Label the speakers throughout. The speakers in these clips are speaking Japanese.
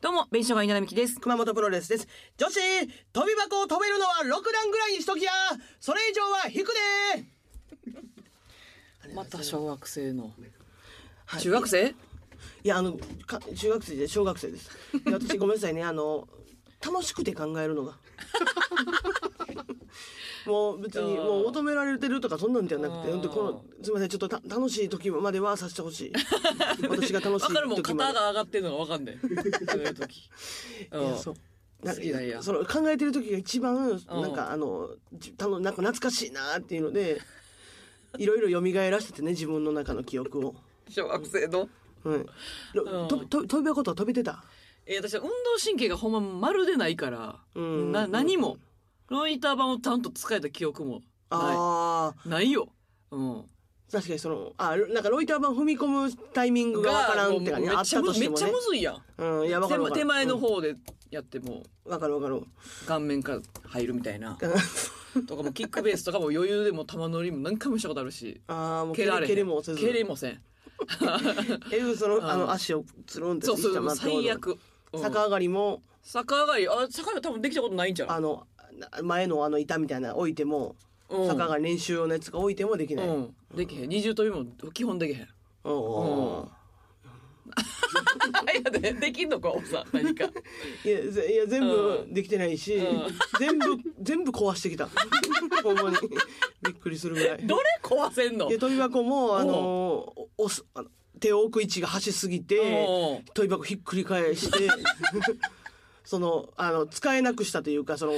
Speaker 1: どうも、弁償が稲田美希です。
Speaker 2: 熊本プロレスです。女子、飛び箱を飛べるのは6段ぐらいにしときやそれ以上は引くで
Speaker 1: また小学生の。
Speaker 2: はい
Speaker 1: 中学生
Speaker 2: いや、あの、か中学生で小学生です。いや私ごめんなさいね、あの、楽しくて考えるのが。 もう別にもう求められてるとかそんなんじゃなくて、
Speaker 1: あー
Speaker 2: ほんとこのすみませんちょっとた楽しい時まではさせて ほしい。私が楽しい
Speaker 1: わかるもん、
Speaker 2: 時ま
Speaker 1: 肩
Speaker 2: で。
Speaker 1: が上がってるのがわかん ない。そういう時。う
Speaker 2: いや
Speaker 1: ん
Speaker 2: そう
Speaker 1: 好きなん
Speaker 2: なん
Speaker 1: や
Speaker 2: かその考えてる時が一番
Speaker 1: うん
Speaker 2: なんかあのじたのなんか懐かしいなっていうのでいろいろ蘇らせててね自分の中の記憶を。
Speaker 1: 小学生の。
Speaker 2: はい、
Speaker 1: うん
Speaker 2: ろとと飛び箱とは飛び出た
Speaker 1: えー、私は運動神経がほんままるでないから、
Speaker 2: うん
Speaker 1: な、何も、ロイター版をちゃんと使えた記憶もな
Speaker 2: ああ
Speaker 1: い。ないよ。うん。
Speaker 2: 確かにそのあなんかロイター版踏み込むタイミングがわからんって感じ
Speaker 1: がもうめ
Speaker 2: あっ
Speaker 1: っちゃ
Speaker 2: た
Speaker 1: む
Speaker 2: とし
Speaker 1: め
Speaker 2: て
Speaker 1: っ
Speaker 2: も
Speaker 1: ちゃ
Speaker 2: ね
Speaker 1: むずいやん。
Speaker 2: うんいやわ
Speaker 1: 手
Speaker 2: かる
Speaker 1: 前
Speaker 2: わかる
Speaker 1: 手前の方でやっても、
Speaker 2: わかるわかる
Speaker 1: 顔面から入るみたいな。とかもキックベースとかも余裕でも球乗りも何回もしたことあるし。
Speaker 2: ああもう蹴
Speaker 1: 蹴
Speaker 2: り
Speaker 1: られへん
Speaker 2: 蹴りもせず
Speaker 1: 蹴りもせん。
Speaker 2: えぐそのあ
Speaker 1: うん
Speaker 2: の足をつるんって
Speaker 1: そうそ
Speaker 2: 下ま
Speaker 1: う、
Speaker 2: っところ
Speaker 1: 最悪。うん
Speaker 2: 逆上がりも
Speaker 1: 逆上がり、あ、逆上がり多分できたことないんじゃん。
Speaker 2: あのな前のあの板みたいなの置いても
Speaker 1: うん
Speaker 2: 坂が練習用のやつが置いてもできない。
Speaker 1: うん。できへん。二重跳びも基本できへん。
Speaker 2: おー
Speaker 1: あ、いやで、できんのか、おさ、何か。
Speaker 2: いやぜいや全部
Speaker 1: う
Speaker 2: できてないし、
Speaker 1: うん
Speaker 2: 全部全部壊して きた。ほんまにびっくりするぐら い。
Speaker 1: どれ壊せんの
Speaker 2: で飛び箱もあのー押すあの手を置く位置が端すぎて
Speaker 1: うん
Speaker 2: 飛び箱ひっくり返して そのあの使えなくしたというかその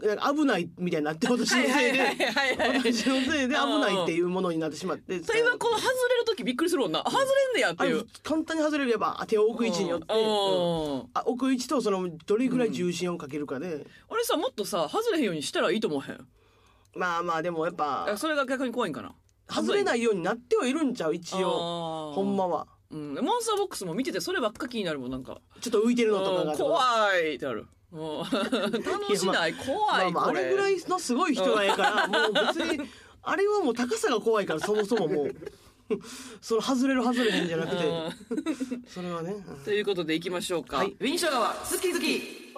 Speaker 2: なんか危ないみたいになって私の
Speaker 1: はいはいは
Speaker 2: せい
Speaker 1: い
Speaker 2: で
Speaker 1: はいはい。
Speaker 2: 私のせいで危ないっていうものになってしまって。
Speaker 1: それはこの外れる時びっくりするもんな。あ外れんねやって
Speaker 2: あ
Speaker 1: い
Speaker 2: れ
Speaker 1: う。
Speaker 2: 簡単に外れれば手を置く位置によって、
Speaker 1: うん
Speaker 2: あ置く位置とそのどれぐらい重心をかけるかで、
Speaker 1: 俺さ、もっとさ、外れへんようにしたらいいと思わへん。
Speaker 2: まあまあでもやっ
Speaker 1: あ
Speaker 2: ぱ
Speaker 1: それが逆に怖いんかな。
Speaker 2: 外れないいようになってはいるんちゃう一応
Speaker 1: 応
Speaker 2: ほんま。は
Speaker 1: うん。モンスターボックスも見てて、そればっか気になるもん、なんか。
Speaker 2: ちょっと浮いてるのとか
Speaker 1: う
Speaker 2: が
Speaker 1: ん怖いってある。うん 楽しない、怖
Speaker 2: まあ
Speaker 1: い、
Speaker 2: まあ
Speaker 1: こ
Speaker 2: あ
Speaker 1: れ。
Speaker 2: れぐらいのすごい人がや からもう別にあれはもう高さが怖いからそもそももう その外れる外れへんじゃなくて
Speaker 1: うん
Speaker 2: それはね、うん
Speaker 1: ということで行きましょうか。
Speaker 2: はい
Speaker 1: ウィニシャ川、好き好き。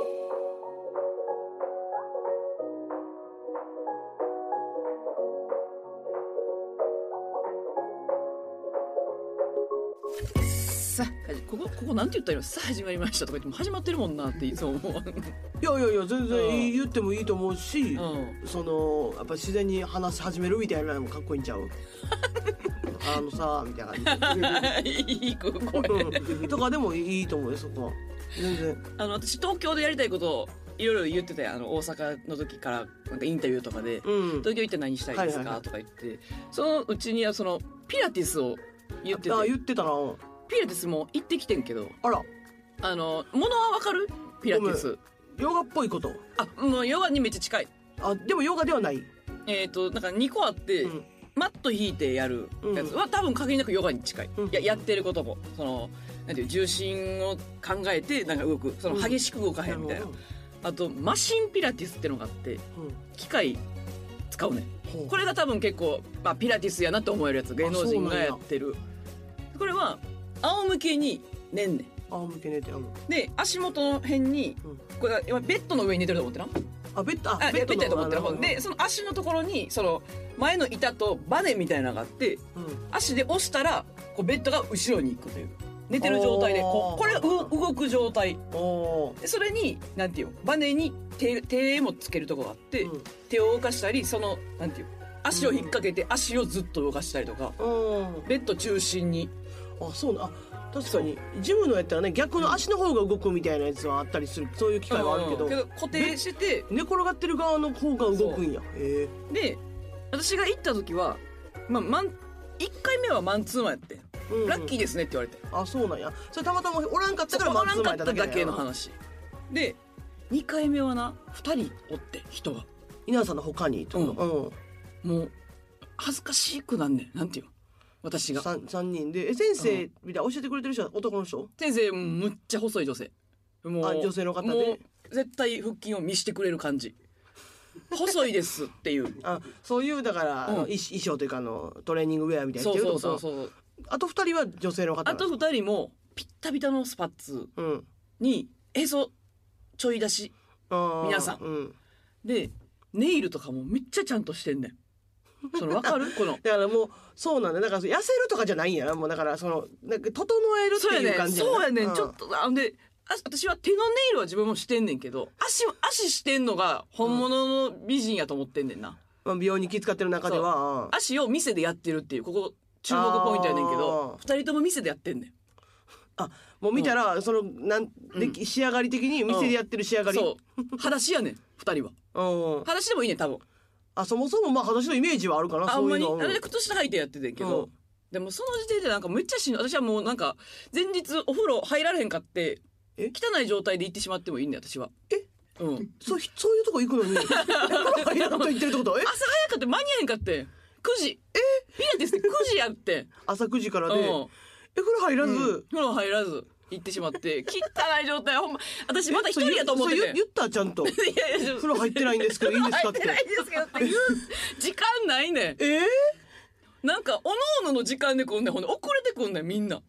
Speaker 1: さあ、ここ、ここなんて言ったらいいのさあ始まりましたとか言っても始まってるもんなっていつも思 う。
Speaker 2: いやいやいや全
Speaker 1: うん
Speaker 2: 然言ってもいいと思うし、
Speaker 1: う
Speaker 2: そのやっぱ自然に話し始めるみたいなのもかっこいいんちゃう あのさみたいな感じで
Speaker 1: いい声。
Speaker 2: うんとかでもいいと思うよそこは全然
Speaker 1: あの、私東京でやりたいことをいろいろ言ってて、あの、大阪の時から、なんかインタビューとかで、
Speaker 2: うん
Speaker 1: 東京行って何したいですか、
Speaker 2: はいはいはい
Speaker 1: とか言ってそのうちにはそのピラティスを言ってて
Speaker 2: あ言ってたな
Speaker 1: ピラティスも行ってきてんけど
Speaker 2: あら
Speaker 1: あのものはわかるピラティス
Speaker 2: ヨガっぽいこと
Speaker 1: あもうヨガにめっちゃ近い
Speaker 2: あでもヨガではない
Speaker 1: えっ、となんか2個あって、
Speaker 2: うん
Speaker 1: マット引いてやるやつは多分限りなくヨガに近い、
Speaker 2: うん
Speaker 1: ややってることもそのなんていう重心を考えてなんか動くその
Speaker 2: うん
Speaker 1: 激しく動かへんみたいな、あとマシンピラティスってのがあって機械使うねんこ
Speaker 2: れ
Speaker 1: れが多分結構、まあ、ピラティスやなと思えるやつ芸能人がやってるこれは仰向けに寝んねん
Speaker 2: 仰向け寝てあの
Speaker 1: で足元の辺に
Speaker 2: うん
Speaker 1: これ今ベッドの上に寝てると思ってな
Speaker 2: あベッド
Speaker 1: あ
Speaker 2: あ
Speaker 1: ベッド
Speaker 2: の
Speaker 1: やと思ってな
Speaker 2: あ
Speaker 1: ほんでその足のところにその前の板とバネみたいなのがあって
Speaker 2: うん
Speaker 1: 足で押したらこうベッドが後ろに行くという寝てる状態でこ
Speaker 2: おー
Speaker 1: うこれがう動く状態
Speaker 2: おー
Speaker 1: でそれになんていうのバネに手手もつけるとこがあって、
Speaker 2: うん
Speaker 1: 手を動かしたりそのなんていうの足を引っ掛けて足をずっと動かしたりとか、
Speaker 2: うん
Speaker 1: ベッド中心に
Speaker 2: あそうなあ確かにジムのやったらね逆の足の方が動くみたいなやつはあったりするそういう機会はあるけど
Speaker 1: 固定してて
Speaker 2: 寝転がってる側の方が動くんやへえ
Speaker 1: で私が行った時は、まあ、マン1回目はマンツーマンやって、
Speaker 2: うんうん
Speaker 1: ラッキーですねって言われて
Speaker 2: あそうなんやそれたまたまおらんかったから
Speaker 1: そこおらんかっ
Speaker 2: 松
Speaker 1: た
Speaker 2: 前
Speaker 1: だけの
Speaker 2: なんや
Speaker 1: 話で2回目はな2人おって人が
Speaker 2: 稲田さんの他にとかうん
Speaker 1: もう恥ずかしくなんねんなんていうの私が
Speaker 2: 三三人でえ先生みたいな教えてくれてる人は男の人
Speaker 1: 先生むっちゃ細い女性もう
Speaker 2: あ女性の方で
Speaker 1: もう絶対腹筋を見してくれる感じ細いですって いう
Speaker 2: あそういうだから、あの
Speaker 1: うん
Speaker 2: 衣衣装というかあのトレーニングウェアみたいな
Speaker 1: そ
Speaker 2: の
Speaker 1: う
Speaker 2: 着てる
Speaker 1: そ
Speaker 2: と
Speaker 1: う
Speaker 2: か
Speaker 1: そうそう
Speaker 2: あと二人は女性の方
Speaker 1: あと
Speaker 2: なんです
Speaker 1: 二人もピッタピタのスパッツ
Speaker 2: うん
Speaker 1: にへそちょい出し
Speaker 2: あー
Speaker 1: 皆さん
Speaker 2: うん、
Speaker 1: でネイルとかもめっちゃちゃんとしてんねんそのわか るこの
Speaker 2: だからもうそうなんだだから痩せるとかじゃないんやなもうだからそのなんか整えるっ
Speaker 1: そう
Speaker 2: て
Speaker 1: や
Speaker 2: いう
Speaker 1: ね
Speaker 2: 感
Speaker 1: ん
Speaker 2: じ
Speaker 1: そうやねん、
Speaker 2: ん
Speaker 1: ちょっとあんであ私は手のネイルは自分もしてんねんけど足足してんのが本物の美人やと思ってんねんな、
Speaker 2: まあ美容に気使ってる中ではうん
Speaker 1: 足を店でやってるっていうここ注目ポイントやねんけど
Speaker 2: あ
Speaker 1: 二人とも店でやってんねん
Speaker 2: もう見たら、そのなんで、
Speaker 1: うん
Speaker 2: 仕上がり的に店でやってる仕上がり、
Speaker 1: そう裸足やねん二 人は
Speaker 2: うん
Speaker 1: 裸足でもいいねん多分
Speaker 2: あそもそもまあ裸足のイメージはあるかな
Speaker 1: あ
Speaker 2: そ
Speaker 1: んま
Speaker 2: うい
Speaker 1: り
Speaker 2: うの
Speaker 1: あれで靴下履いてやっててんけど、
Speaker 2: うん
Speaker 1: でもその時点でなんかめっちゃしんどい私はもうなんか前日お風呂入られへんかって
Speaker 2: え
Speaker 1: 汚い状態で行ってしまってもいいんだよ私は
Speaker 2: え
Speaker 1: うん
Speaker 2: そう そういうとこ行くのにえ風呂入らんと言ってるっ てことえ
Speaker 1: 朝早かって間に合えへんかってん9時えピラティスって9時やってん
Speaker 2: 朝9時か
Speaker 1: う
Speaker 2: ら
Speaker 1: ん
Speaker 2: で、え風呂入らず、
Speaker 1: うん風呂入らず行ってしまって汚い状態ほんま私まだ一人やと思って
Speaker 2: そ
Speaker 1: て
Speaker 2: れ言言ったちゃん と
Speaker 1: いやいや
Speaker 2: 風呂入ってないんですけどいいですか
Speaker 1: 入っ
Speaker 2: っ
Speaker 1: てな
Speaker 2: て
Speaker 1: いですけどって言う時間ないねん
Speaker 2: えー、
Speaker 1: なんか、おのおのの時間でこんねん。ほんで、遅れてこんねん、みんな。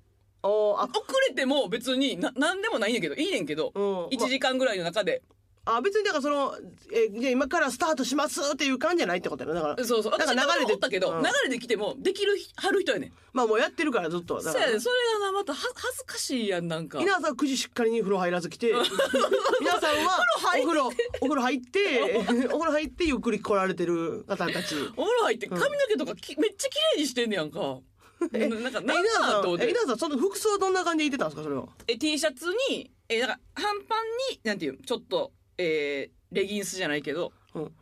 Speaker 2: あーあ
Speaker 1: 遅れても別にな、なんでもないんやけど、いいねんけど、
Speaker 2: うん
Speaker 1: 1時間ぐらいの中で。
Speaker 2: あ別にだからその、えーじゃあ今からスタートしますっていう感じじゃないってことやろだから
Speaker 1: そうそう。
Speaker 2: なんか
Speaker 1: 私
Speaker 2: 流れ
Speaker 1: 流れ
Speaker 2: て
Speaker 1: てったけど、
Speaker 2: うん
Speaker 1: 流れてきても、できる、はる人やねん。
Speaker 2: まあもうやってるからずっと
Speaker 1: そ
Speaker 2: だ
Speaker 1: う
Speaker 2: から
Speaker 1: やねん。それがな、または、恥ずかしいやん、なんか。
Speaker 2: 稲田さんは9時しっかりに風呂入らず来て 皆さん はお風呂お風呂入ってお風呂入ってゆっくり来られてる方たち
Speaker 1: お風呂入って髪の毛とかき、めっちゃ綺麗にしてんねやんか。な なんか、
Speaker 2: え
Speaker 1: なん
Speaker 2: 稲田
Speaker 1: か
Speaker 2: さ
Speaker 1: なっ
Speaker 2: ん
Speaker 1: て思っ
Speaker 2: え
Speaker 1: て
Speaker 2: 稲。田さんその服装はどんな感じで着てたんですかそれは
Speaker 1: え、T シャツに、え、なんか、半パンに、なんていう、ちょっと、えー、レギンスじゃないけど、
Speaker 2: うん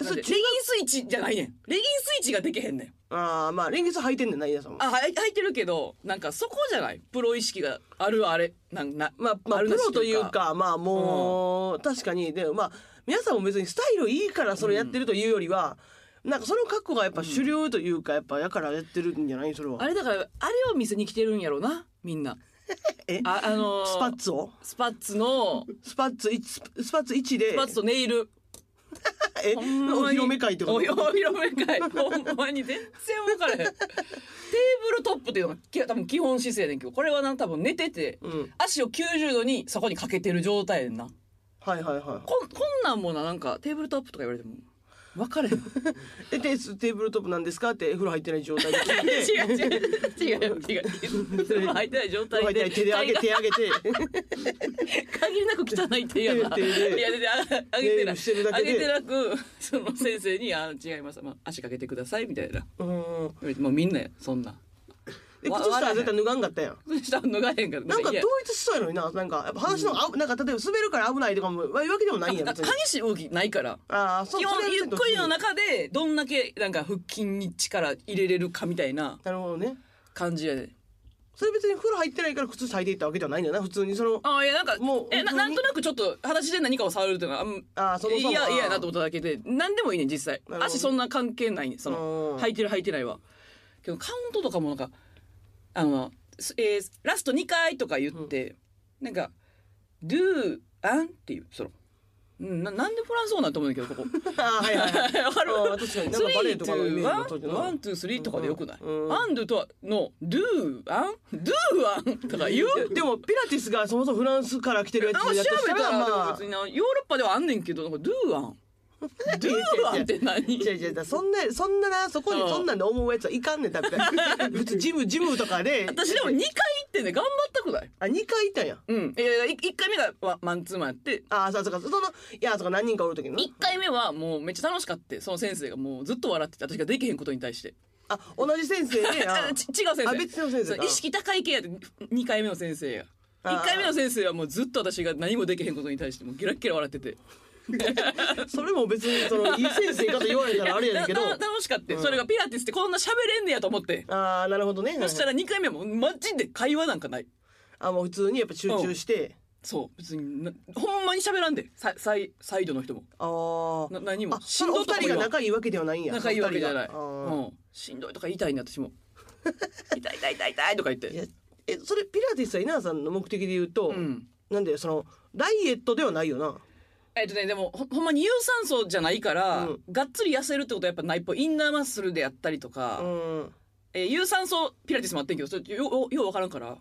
Speaker 2: え
Speaker 1: なん
Speaker 2: そ
Speaker 1: て
Speaker 2: れ
Speaker 1: レギンスイッチじゃないねん。レギンスイッチができへんねん。
Speaker 2: ああまあ連日履いてんねんな稲田さんも
Speaker 1: あ、はい、履いてるけど、なんかそこじゃないプロ意識があるあれ。なんな、
Speaker 2: まあ、ま
Speaker 1: あ
Speaker 2: あ、プ
Speaker 1: るなし
Speaker 2: ロというか、まあもう、確かに、でもまあ、皆さんも別にスタイルいいからそれやってるというよりは、なんかその格好がやっぱ主流というか、やっぱやからやってるんじゃないそれ
Speaker 1: あ
Speaker 2: は。
Speaker 1: れだから、あれを見せに来てるんやろな、みんな。
Speaker 2: え
Speaker 1: あ、あのー
Speaker 2: スパッツを
Speaker 1: スパッツの、
Speaker 2: スパッツ一、スパッツ1で、
Speaker 1: スパッツとネイル。
Speaker 2: え、お
Speaker 1: ほんまに
Speaker 2: 披露目会ってこ
Speaker 1: おお
Speaker 2: と
Speaker 1: 披露目会。ほんまに全然分からへん。テーブルトップっていうのがき多分基本姿勢やねんけど、これはな、多分寝てて、
Speaker 2: うん。
Speaker 1: 足を90度にそこにかけてる状態やんな。
Speaker 2: はいはいは
Speaker 1: こん、こんなんもな、なんかテーブルトップとか言われても、分からへん。
Speaker 2: い。え、テテーブルトップなんですかって、 風呂入ってない状態で聞いて、
Speaker 1: 違う違う違う違う風呂入ってない状
Speaker 2: 風呂入
Speaker 1: 態で
Speaker 2: ってない手で上げ手上げて、
Speaker 1: 限りなく汚い手やな
Speaker 2: 手で
Speaker 1: いやであ上げ
Speaker 2: ネ
Speaker 1: て
Speaker 2: イ
Speaker 1: な
Speaker 2: ル
Speaker 1: い
Speaker 2: してるだ
Speaker 1: 上げ
Speaker 2: け
Speaker 1: て
Speaker 2: で、
Speaker 1: なくその先生に「あ違います、まあ、足かけてください」みたいな
Speaker 2: うん。
Speaker 1: もうみんなやそんな
Speaker 2: で、
Speaker 1: わ
Speaker 2: 靴下は絶対脱がんかったやん。
Speaker 1: そしたら脱がへんから
Speaker 2: なんか
Speaker 1: い
Speaker 2: 統
Speaker 1: や
Speaker 2: 一しそうやのにな、なんか、やっぱ話の、あなんか例えば滑るから危ないとかも、わいうわけでもない んや、
Speaker 1: あ
Speaker 2: 別に。
Speaker 1: 激しい動きないから
Speaker 2: ああ、そう
Speaker 1: 基本ゆっくりの
Speaker 2: な。
Speaker 1: 中でどんだけなんか腹筋に力入れれるかみたいな
Speaker 2: なるほどね。
Speaker 1: 感じやで
Speaker 2: それ別に風呂入ってないから靴下履いていったわけじゃないんだよな、普通にその、
Speaker 1: あいやなんか
Speaker 2: もう
Speaker 1: えななんとなくちょっと裸足で何かを触るっていうのはあん
Speaker 2: ああ、そもそも。
Speaker 1: いやいやなと思っただけで何でもいいねん実際
Speaker 2: なるほど
Speaker 1: 足そんな関係ないねんそ
Speaker 2: うん
Speaker 1: の履いてる履いてないはけどカウントとかもなんかあの、すえーラスト2回とか言って、なんか「do an」っていうそのうんななんでフランス語なんて思うんだけどここ
Speaker 2: ああ、はいはいは い。
Speaker 1: わかる
Speaker 2: ああ確かになんかバレエとかのイメージもそうだけどな
Speaker 1: ワン、ツー、スリーとかでよくない。
Speaker 2: うんうん
Speaker 1: アンドゥとは、の、ドゥーアンドゥーアンとか言う
Speaker 2: いやでも、ピラティスがそもそもフランスから来てるや
Speaker 1: なん
Speaker 2: つ
Speaker 1: か調
Speaker 2: やとし
Speaker 1: べ
Speaker 2: た
Speaker 1: た
Speaker 2: ら、
Speaker 1: ら、でも
Speaker 2: まあ
Speaker 1: 別、になヨーロッパではあんねんけど、なんかドゥーアン。ドゥーアンって何
Speaker 2: いやいやいやそんな、そんなな、そこに
Speaker 1: うん
Speaker 2: そんなんで思うやつはいかんねん、だ って。別にジム、ジムとかで、
Speaker 1: 私でも2回行ってね頑張ったくない
Speaker 2: あ、2回行ったんや。
Speaker 1: うんいやいやい1回目がわマンツーマンやって
Speaker 2: ああ、そうそうか、その、いや、そうか、何人かおるときに
Speaker 1: 1回目はもうめっちゃ楽しかったその先生がもうずっと笑ってて私ができへんことに対して
Speaker 2: な。あ、同じ先生 で、あ
Speaker 1: あち違う先生
Speaker 2: あ別の先生か
Speaker 1: そう意識高い系やって2回目の先生や
Speaker 2: あー
Speaker 1: 1回目の先生はもうずっと私が何もできへんことに対してもうゲラッゲラ笑ってて
Speaker 2: それも別に、その、いい先生かと言われたらあれやねんけ ど
Speaker 1: い、やなな楽しかった、それがピラティスってこんな喋れんねやと思って
Speaker 2: ああ、なるほどね。
Speaker 1: そしたら2回目はもうマジで会話なんかない
Speaker 2: あもう普通にやっぱ集中して、
Speaker 1: そう別になほんまに喋らんでささいサイドの人も
Speaker 2: ああ
Speaker 1: な何も
Speaker 2: あそのお
Speaker 1: と
Speaker 2: 二
Speaker 1: か
Speaker 2: 人
Speaker 1: 言
Speaker 2: が
Speaker 1: わん
Speaker 2: 仲いいわけではないんや
Speaker 1: 仲いいわけじゃない。
Speaker 2: その二人があー
Speaker 1: うん、しんどいとか言いたいね私 も。痛い痛い痛い痛いとか言っ
Speaker 2: い
Speaker 1: て。
Speaker 2: やえそれピラティスは稲田さんの目的で言うと、
Speaker 1: うん。
Speaker 2: なんでそのダイエットではないよな
Speaker 1: えっとね、でもほほんまに有酸素じゃないから、
Speaker 2: うん
Speaker 1: がっつり痩せるってことはやっぱないっぽいインナーマッスルでやったりとか、
Speaker 2: うん
Speaker 1: えー有酸素ピラティスもあってんけどそれよよよう分からんから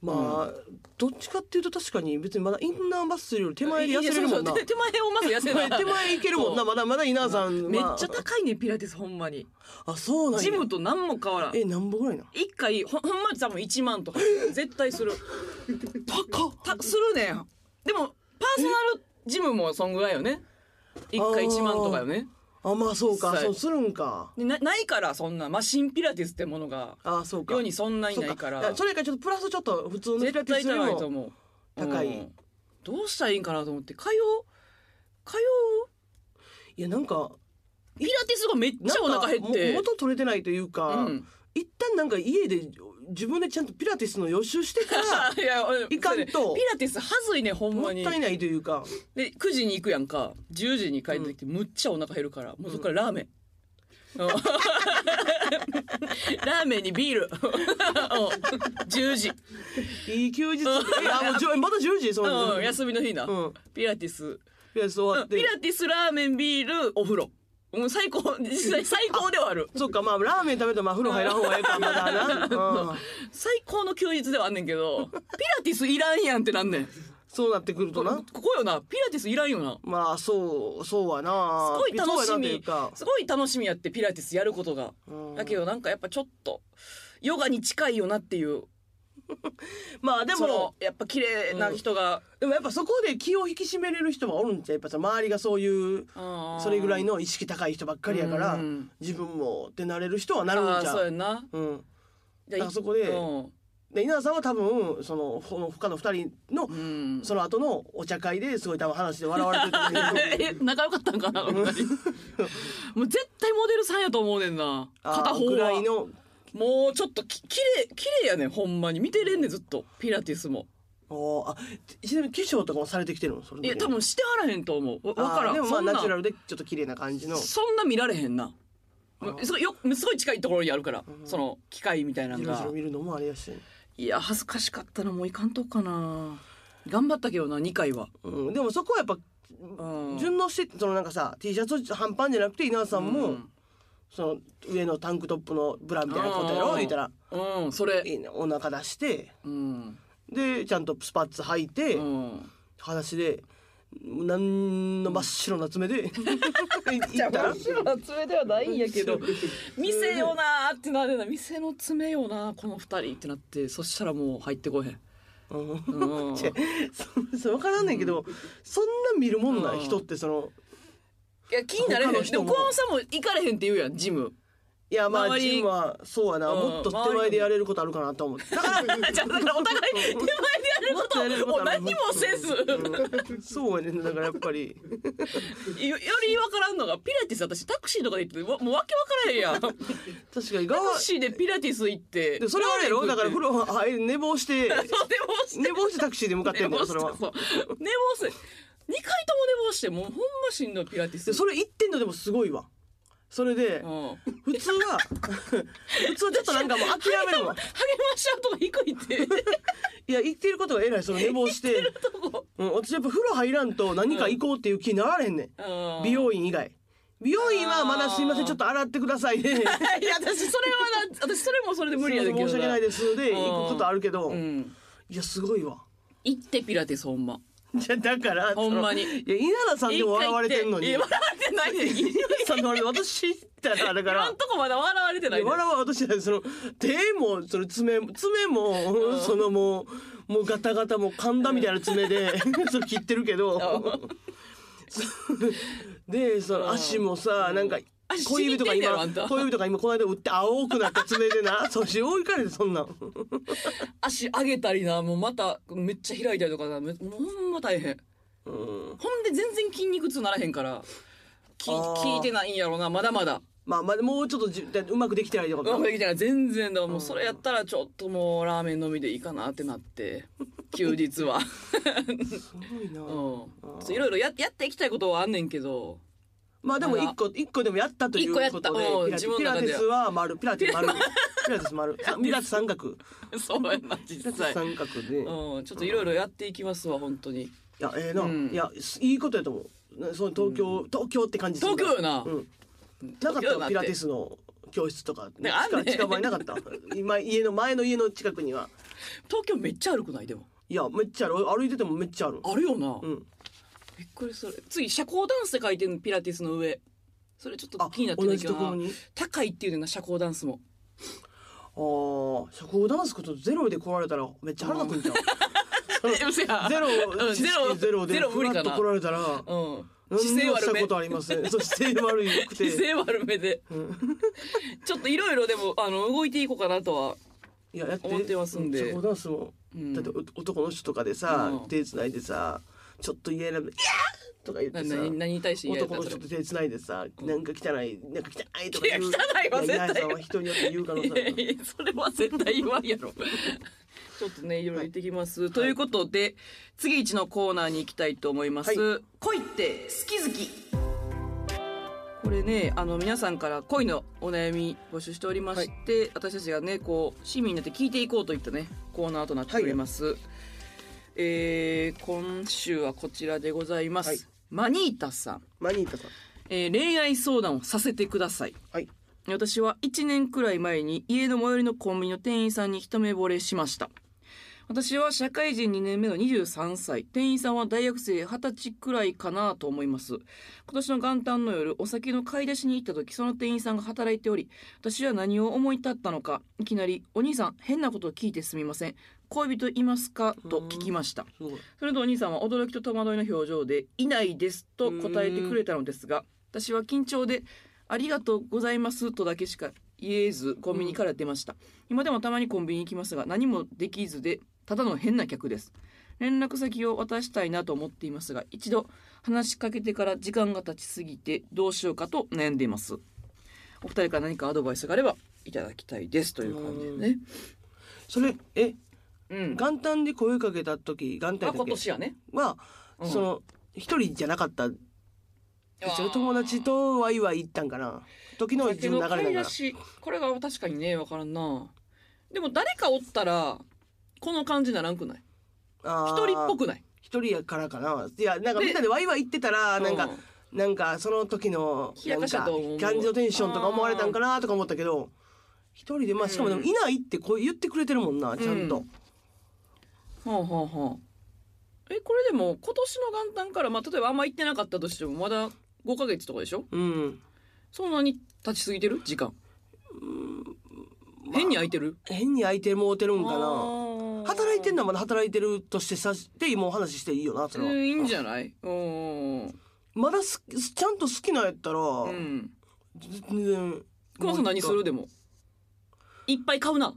Speaker 2: まあ、どっちかっていうと確かに別にまだインナーマッスルより手前で痩せれるもん
Speaker 1: い
Speaker 2: な。
Speaker 1: やそうそう手手前をまず痩せ
Speaker 2: 手前
Speaker 1: な
Speaker 2: 手前いけるもん
Speaker 1: そ
Speaker 2: な。
Speaker 1: う
Speaker 2: まだまだ稲田さん、
Speaker 1: めっ
Speaker 2: まあ
Speaker 1: ちゃ高いねピラティスほんまに
Speaker 2: あ、そうなんや
Speaker 1: ジムと何も変わらん
Speaker 2: え、何本ぐらいな
Speaker 1: 一回ほほんまに多分1万 とか絶対する
Speaker 2: 高った
Speaker 1: するねんでもパーソナルジムもそんぐらいよね一回1万とかよね
Speaker 2: あ、まあそうか。
Speaker 1: 実際
Speaker 2: そうするんか。
Speaker 1: でなないからそんなマシンピラティスってものが
Speaker 2: あ、そうか。
Speaker 1: 世にそんなに
Speaker 2: そう
Speaker 1: ないから
Speaker 2: それかちょっとプラスちょっと普通のピラ
Speaker 1: 絶
Speaker 2: ティ
Speaker 1: 対
Speaker 2: スより
Speaker 1: 高いと
Speaker 2: も
Speaker 1: 思う
Speaker 2: 高い
Speaker 1: うんどうしたらいいんかなと思って通う通う
Speaker 2: いやなんか
Speaker 1: ピラティスがめっ
Speaker 2: な
Speaker 1: ち
Speaker 2: ん
Speaker 1: ゃ
Speaker 2: か
Speaker 1: お腹減って
Speaker 2: も元取れてないというか、
Speaker 1: うん
Speaker 2: 一旦なんか家で自分でちゃんとピラティスの予習してから
Speaker 1: いやうん
Speaker 2: いかんと
Speaker 1: それねピラティスはずいね ほん
Speaker 2: も
Speaker 1: ま
Speaker 2: っ
Speaker 1: に
Speaker 2: たいないというか
Speaker 1: で9時に行くやんか10時に帰ってきてむっちゃお腹減るからもうそこからラーメン、 うんラーメンに ビールうん10時、
Speaker 2: いい休日えあもうじゅまだ10時そううなん
Speaker 1: ん休みの日な、
Speaker 2: うん
Speaker 1: ピラティス
Speaker 2: ピラティス終
Speaker 1: う
Speaker 2: わっ
Speaker 1: ん
Speaker 2: て、
Speaker 1: ピラティスラーメンビールお風呂もう最高実際最高ではある
Speaker 2: そっかまあラーメン食べたらまあ風呂入らん方がええかま だな、うん、
Speaker 1: 最高の休日ではあんねんけどピラティスいらんやんってなんねん
Speaker 2: そうなってくると
Speaker 1: こ
Speaker 2: な
Speaker 1: こよなピラティスいらんよな
Speaker 2: まあそうそうはな
Speaker 1: すごい楽
Speaker 2: そ
Speaker 1: し
Speaker 2: うやなという
Speaker 1: み
Speaker 2: か
Speaker 1: すごい楽しみやってピラティスやることが、
Speaker 2: うん
Speaker 1: だけどなんかやっぱちょっとヨガに近いよなっていう
Speaker 2: まあで
Speaker 1: でも
Speaker 2: も
Speaker 1: やっぱ綺麗な人が、
Speaker 2: でもやっぱそこで気を引き締めれる人がおるんじゃうやっぱさ周りがそういうそれぐらい
Speaker 1: の
Speaker 2: の意識高い人ばっかりやから、
Speaker 1: うん
Speaker 2: 自分もってなれる人はな
Speaker 1: あ
Speaker 2: るん
Speaker 1: ー
Speaker 2: じゃ
Speaker 1: そう
Speaker 2: う、
Speaker 1: やな
Speaker 2: うん、
Speaker 1: だ
Speaker 2: からそこで
Speaker 1: うん
Speaker 2: で稲田さんは多分そのほの他の2人の、
Speaker 1: うん
Speaker 2: その後のお茶会ですごい多分話で笑われてると思うけど
Speaker 1: え仲良かったん かなこの二人もう絶対モデルさんやと思うねんな
Speaker 2: あー
Speaker 1: 片方
Speaker 2: ぐらい
Speaker 1: は
Speaker 2: の
Speaker 1: もうちょっとき綺麗綺麗やねんほんまに見てれんねんずっとピラティスも
Speaker 2: おーあちちなみに化粧とかもされてきてるのそれ
Speaker 1: いや多分してはらへんと思うわ
Speaker 2: 分
Speaker 1: わからん
Speaker 2: でもま
Speaker 1: そ
Speaker 2: あ
Speaker 1: んな
Speaker 2: ナチュラルでちょっと綺麗な感じの
Speaker 1: そんな見られへんな
Speaker 2: あー
Speaker 1: すごいよすごい近いところにあるから、その機械みたいなの
Speaker 2: じろじ
Speaker 1: が
Speaker 2: ろ見るのもあれやし、
Speaker 1: いや恥ずかしかったなもういかんとこかな頑張ったけどな2回は、
Speaker 2: うん、でもそこはやっぱ
Speaker 1: うん、
Speaker 2: 順応してそのなんかさ T シャツを半パンじゃなくて稲田さんも、
Speaker 1: うん
Speaker 2: その上のタンクトップのブラみたいなことやろ
Speaker 1: うん
Speaker 2: 言ったら
Speaker 1: うんそれ
Speaker 2: いいねお腹出して
Speaker 1: うん、
Speaker 2: でちゃんとスパッツ履いて、
Speaker 1: うん、
Speaker 2: 裸足でなんの真っ白な爪で行ったら
Speaker 1: の爪ではないんやけど店よなーってなるな店の爪よなこの二人ってなってそしたらもう入ってこへん、
Speaker 2: うん
Speaker 1: うん、
Speaker 2: ちょそそう分からんねんけど、そんな見るもんな
Speaker 1: うん
Speaker 2: ん人ってその
Speaker 1: いや気になれへん
Speaker 2: 他
Speaker 1: で
Speaker 2: の
Speaker 1: も
Speaker 2: 人も
Speaker 1: 小浜さんも行かれへんって言うやんジム
Speaker 2: いやまあ
Speaker 1: 周り
Speaker 2: ジムはそうやな、
Speaker 1: うん
Speaker 2: もっと手前でやれることあるかなと思ってだからも
Speaker 1: じゃあだからお互い手前でやることを何もせず、
Speaker 2: ずそうやねんだからやっぱり
Speaker 1: よより分からんのがピラティス私タクシーとかで行ってわもうわけ分からへんやんタク
Speaker 2: 確かに側
Speaker 1: シーでピラティス行って
Speaker 2: でそれはあれやろだから風
Speaker 1: 呂
Speaker 2: 呂入る寝坊して
Speaker 1: そう寝坊して
Speaker 2: 寝坊してタクシーで向かってんだよそれは
Speaker 1: 寝坊してそう寝坊して2回とも寝坊してもうほんましんどいピラティス
Speaker 2: でそれ言ってんのでもすごいわそれで
Speaker 1: うん
Speaker 2: 普通は普通はちょっとなんかもう諦める
Speaker 1: 励
Speaker 2: わ
Speaker 1: ましちゃうとこ低いって
Speaker 2: いや言ってることが偉いその寝坊して
Speaker 1: とこ
Speaker 2: うん、私やっぱ風呂入らんと何か行こうっていう気になられんねん、
Speaker 1: うん
Speaker 2: 美容院以外美容院はまだすいませんちょっと洗ってくださいで
Speaker 1: いや私それはな私それもそれで無理や
Speaker 2: す
Speaker 1: で
Speaker 2: いません申し訳ないですで
Speaker 1: うん
Speaker 2: 行くことあるけど、
Speaker 1: うん
Speaker 2: いやすごいわ
Speaker 1: 行ってピラティスほんま
Speaker 2: じゃだから
Speaker 1: ほんまに
Speaker 2: そのいや稲田さんでも笑われてんのに
Speaker 1: いや
Speaker 2: 稲
Speaker 1: 笑われてない ねん
Speaker 2: 田さんの笑われて私知ったらだか
Speaker 1: 今
Speaker 2: ら
Speaker 1: んとこまだ笑われてない
Speaker 2: 笑
Speaker 1: ねん
Speaker 2: わ私はその手もその爪も爪もそのもうもうガタガタもう噛んだみたいな 爪でそれ切ってるけどでその足もさなんか
Speaker 1: 足
Speaker 2: 小指とか
Speaker 1: しみてんねやろあ
Speaker 2: 今
Speaker 1: んた
Speaker 2: 小指とか今この間打って青くなった爪 でなそし追いかれてそんなん
Speaker 1: 足上げたりなもうまためっちゃ開いたりとかなめもうほんま大変
Speaker 2: うん
Speaker 1: ほんで全然筋肉痛ならへんからき
Speaker 2: あー
Speaker 1: 聞いてないんやろなまだまだ
Speaker 2: まあまあもうちょっとじうまくできてないってこ
Speaker 1: う
Speaker 2: と
Speaker 1: まくできてない全然だからもうそれやったらちょっともうラーメン飲みでいいかなってな って休日は
Speaker 2: すごいな、
Speaker 1: うんいろいろややっていきたいことはあんねんけど
Speaker 2: まあでも一個一個でもやったという
Speaker 1: 一
Speaker 2: こ
Speaker 1: 個
Speaker 2: と
Speaker 1: やったうん
Speaker 2: でピラテ
Speaker 1: 自
Speaker 2: ィ
Speaker 1: 分
Speaker 2: ピ
Speaker 1: の
Speaker 2: ラ
Speaker 1: 中
Speaker 2: テ
Speaker 1: で
Speaker 2: ィスは丸ピラティ ス丸ピラティス丸さピラティス三角
Speaker 1: そうやな実際、
Speaker 2: 三角で、い
Speaker 1: うん、ちょっといろいろやっていきますわ本当に
Speaker 2: やええな、
Speaker 1: うん
Speaker 2: いやすいいことやと思うなその東京、東京って感じする
Speaker 1: 東京よな、
Speaker 2: うんなかった
Speaker 1: 東京だっ
Speaker 2: よ
Speaker 1: て
Speaker 2: ピラティスの教室とか、ね
Speaker 1: ねあんね
Speaker 2: 近近場になかった今家の前の家の近くには
Speaker 1: 東京めっちゃ歩くないでも
Speaker 2: いやめっちゃある歩いててもめっちゃある
Speaker 1: あるよな、
Speaker 2: うん
Speaker 1: びっくりする次社交ダンスって書いてるのピラティスの上それちょっと
Speaker 2: あ
Speaker 1: 気になってな
Speaker 2: 同
Speaker 1: い
Speaker 2: じ
Speaker 1: け
Speaker 2: と
Speaker 1: ど
Speaker 2: ころ
Speaker 1: な
Speaker 2: に
Speaker 1: 高いっていうねんな社交ダンスも
Speaker 2: ああ社交ダンスことゼロで来られたらめっちゃ腹立つんじゃん
Speaker 1: ゼ
Speaker 2: ゼロ
Speaker 1: うんゼロ
Speaker 2: 知識ゼロで
Speaker 1: ゼロ無理か
Speaker 2: ふら
Speaker 1: な
Speaker 2: っと来られたら
Speaker 1: うん
Speaker 2: 何
Speaker 1: 姿
Speaker 2: に
Speaker 1: 勢
Speaker 2: もし
Speaker 1: 悪
Speaker 2: た
Speaker 1: め
Speaker 2: ことありませんそう姿勢悪くて
Speaker 1: 姿勢悪めでちょっといろいろでもあの動いていこうかなとはい
Speaker 2: ややって
Speaker 1: 思ってますんで
Speaker 2: 社交ダンスも
Speaker 1: うん
Speaker 2: だってお男の人とかでさ、
Speaker 1: うん
Speaker 2: 手つないでさちょっと嫌な「いやー!」とか言って
Speaker 1: な
Speaker 2: さ
Speaker 1: 何何に対してやた
Speaker 2: 男の
Speaker 1: そ
Speaker 2: 人
Speaker 1: れ
Speaker 2: と手つないでさ、なんか汚いなんか汚いとか言う
Speaker 1: いや汚いは絶対
Speaker 2: や嫌さんは人によって言う可能性あ
Speaker 1: いや
Speaker 2: る
Speaker 1: いやそれは絶対言わんやろ ちょっとねいろいろ言ってきます、ということで次一のコーナーに行きたいと思います、
Speaker 2: は
Speaker 1: 恋って好き好きこれねあの皆さんから恋のお悩み募集しておりまして、私たちがねこう市民になって聞いていこうといったねコーナーとなっております、えー今週はこちらでございます、
Speaker 2: はい
Speaker 1: マニータさん、
Speaker 2: マニータさん
Speaker 1: えー恋愛相談をさせてください
Speaker 2: はい
Speaker 1: 私は1年くらい前に家の最寄りのコンビニの店員さんに一目惚れしました私は社会人2年目の23歳店員さんは大学生20歳くらいかなと思います今年の元旦の夜お酒の買い出しに行った時その店員さんが働いており私は何を思い立ったのかいきなり「お兄さん変なことを聞いてすみません恋人いますか?」と聞きました
Speaker 2: すごい
Speaker 1: それとお兄さんは驚きと戸惑いの表情で「いないです」と答えてくれたのですが私は緊張で「ありがとうございます」とだけしか言えずコンビニから出ました、今でもたまにコンビニ行きますが何もできずでただの変な客です連絡先を渡したいなと思っていますが一度話しかけてから時間が経ちすぎてどうしようかと悩んでいますお二人から何かアドバイスがあればいただきたいですという感じでね
Speaker 2: それえ
Speaker 1: うん、
Speaker 2: 元旦で声かけた時元
Speaker 1: あ
Speaker 2: 旦だ
Speaker 1: 今
Speaker 2: っけ
Speaker 1: 年やね
Speaker 2: は、
Speaker 1: うん
Speaker 2: その一人じゃなかった一応友達とワイワイ行ったんかな時の自分の流れ
Speaker 1: 買い
Speaker 2: だ
Speaker 1: 出
Speaker 2: か
Speaker 1: しこれが確かにね分からんなでも誰かおったらこの感じならんくない
Speaker 2: ら
Speaker 1: 一人っぽ
Speaker 2: く
Speaker 1: くない
Speaker 2: 一人やからかないやなんか
Speaker 1: で
Speaker 2: みんなでワイワイ行ってたらなんか
Speaker 1: う
Speaker 2: なんかその時の
Speaker 1: 冷
Speaker 2: な
Speaker 1: やか
Speaker 2: んか
Speaker 1: したと思う
Speaker 2: 感じのテンションとか思われたんかなとか思ったけど一人でまあしかもでも
Speaker 1: うん
Speaker 2: いないってこう言ってくれてるもんなちゃんと、
Speaker 1: うはあはあはあえこれでも今年の元旦から、まあ、例えばあんま行ってなかったとしてもまだ5ヶ月とかでしょ
Speaker 2: うん
Speaker 1: そんなに経ちすぎてる時間変に空いてる
Speaker 2: 変に相手もうてるんかな
Speaker 1: な
Speaker 2: 働いてん
Speaker 1: の
Speaker 2: のはまだ働いてるとしてさしてもう話していいよなそれは、
Speaker 1: いいんじゃないうん
Speaker 2: まだすちゃんと好きなんやったら、
Speaker 1: うん
Speaker 2: 全然
Speaker 1: 黒田さん何するでもいっぱい買うな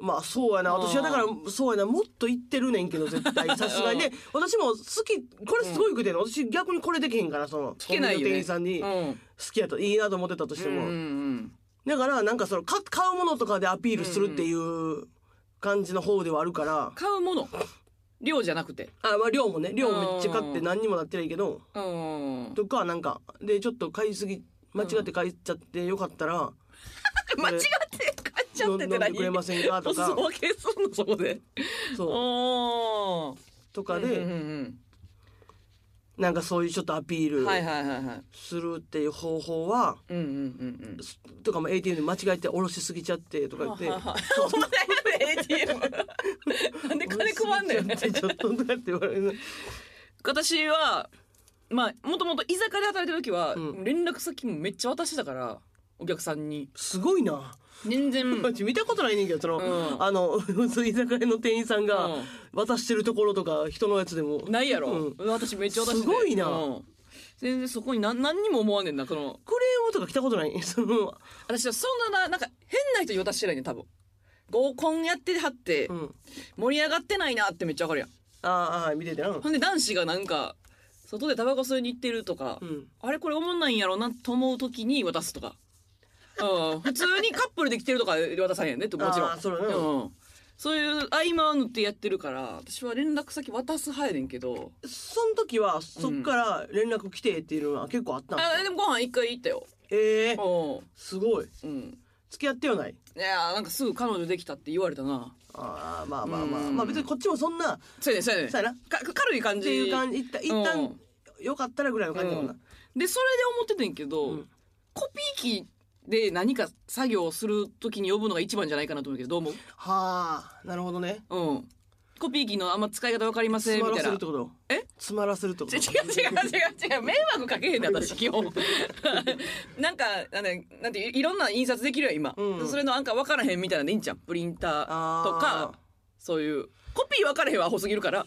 Speaker 2: まあそうやな
Speaker 1: うん
Speaker 2: 私はだからそうやなもっと言ってるねんけど絶対 さすがにで私も好きこれすごいくてんの私逆にこれできへんからその
Speaker 1: 聞けないよね
Speaker 2: コンビニの店員さ
Speaker 1: う
Speaker 2: んに
Speaker 1: ん
Speaker 2: 好きやといいなと思ってたとして
Speaker 1: うん
Speaker 2: も、
Speaker 1: うん
Speaker 2: だからなんかそのか買うものとかでアピールするっていう感じの方ではあるから、
Speaker 1: 買うもの量じゃなくて
Speaker 2: あまあ量もね量めっちゃ買って何にもなってないけど
Speaker 1: うん
Speaker 2: とかなんかでちょっと買いすぎ間違って買いちゃってよかったら
Speaker 1: 間違って買っちゃ
Speaker 2: 飲
Speaker 1: っ
Speaker 2: ん
Speaker 1: て
Speaker 2: で
Speaker 1: て何
Speaker 2: くれませんかと
Speaker 1: お裾
Speaker 2: か
Speaker 1: 分けすんのそこで
Speaker 2: そう
Speaker 1: おー
Speaker 2: とか
Speaker 1: うんう
Speaker 2: で
Speaker 1: ん
Speaker 2: なんかそういうちょっとアピー
Speaker 1: うん
Speaker 2: ル
Speaker 1: はいはいはいはい
Speaker 2: するっていう方法は
Speaker 1: うんうんうんうん
Speaker 2: すとかも ATM で間違えて下ろしすぎちゃってとか言って
Speaker 1: はははそんなやる ATM なんで金配んねん
Speaker 2: 下ろしすぎちゃってちょっととかって言われる
Speaker 1: 私はまあもともと居酒屋で働いてる時は
Speaker 2: うん
Speaker 1: 連絡先もめっちゃ渡してたからお客さんに
Speaker 2: すごいな。
Speaker 1: 全然
Speaker 2: うち見たことないねんけどその、
Speaker 1: うん
Speaker 2: あの そう居酒屋の店員さんが
Speaker 1: うん
Speaker 2: 渡してるところとか人のやつでも
Speaker 1: ないやろ、
Speaker 2: うんクレー
Speaker 1: 私めっちゃ渡してて
Speaker 2: すごいな
Speaker 1: うん全然そこに何何にも思わねえんなこの
Speaker 2: ムとか来たことない その、
Speaker 1: 私はそんなななんか変な人に渡してないね多分合コンやってはって、
Speaker 2: うん、
Speaker 1: 盛り上がってないなってめっちゃわかるやん
Speaker 2: あーあー見ててな、
Speaker 1: ほんで男子がなんか外でタバコ吸いに行ってるとか、
Speaker 2: うん、
Speaker 1: あれこれ思んないんやろなと思う時に渡すとか、うん、普通にカップルで来てるとかで渡さへんねってもちろん
Speaker 2: あーそれね
Speaker 1: うん、そういう合間を縫ってやってるから私は連絡先渡す派やねんけど
Speaker 2: その時はそっから連絡来てっていうのは結構あったんです
Speaker 1: あ
Speaker 2: か
Speaker 1: でもご飯一回行ったよ
Speaker 2: ええー、
Speaker 1: う
Speaker 2: すごい
Speaker 1: んうん
Speaker 2: 付き合ってはない
Speaker 1: いやーなんかすぐ彼女できたって言われたな
Speaker 2: あーまあまあまあ
Speaker 1: うん
Speaker 2: まあ別にこっちもそんな
Speaker 1: そうやねそうやね
Speaker 2: そうやなっ
Speaker 1: か軽い感じ
Speaker 2: ていう感じ一旦一
Speaker 1: う
Speaker 2: 旦
Speaker 1: ん
Speaker 2: よかったらぐらいの感じだもんな、
Speaker 1: でそれで思っててんけど、
Speaker 2: うん
Speaker 1: コピー機で何か作業をする時に呼ぶのが一番じゃないかなと思うけどどう思う
Speaker 2: はあなるほどね
Speaker 1: うん。コピー機のあんま使い方わかりません
Speaker 2: 詰
Speaker 1: み
Speaker 2: ま
Speaker 1: た
Speaker 2: ら
Speaker 1: いな
Speaker 2: せるっ。てこと
Speaker 1: え
Speaker 2: 詰まらせるってこ
Speaker 1: 違う違
Speaker 2: と
Speaker 1: う違う違う迷惑かけへんねん私基本 なんかなんだなんていろんな印刷できるよ今、
Speaker 2: うん
Speaker 1: それのなんか分からへんみたいなんでいいんじゃんプリンターと
Speaker 2: あー
Speaker 1: かそういうコピー分からへんはアホすぎるから、
Speaker 2: あ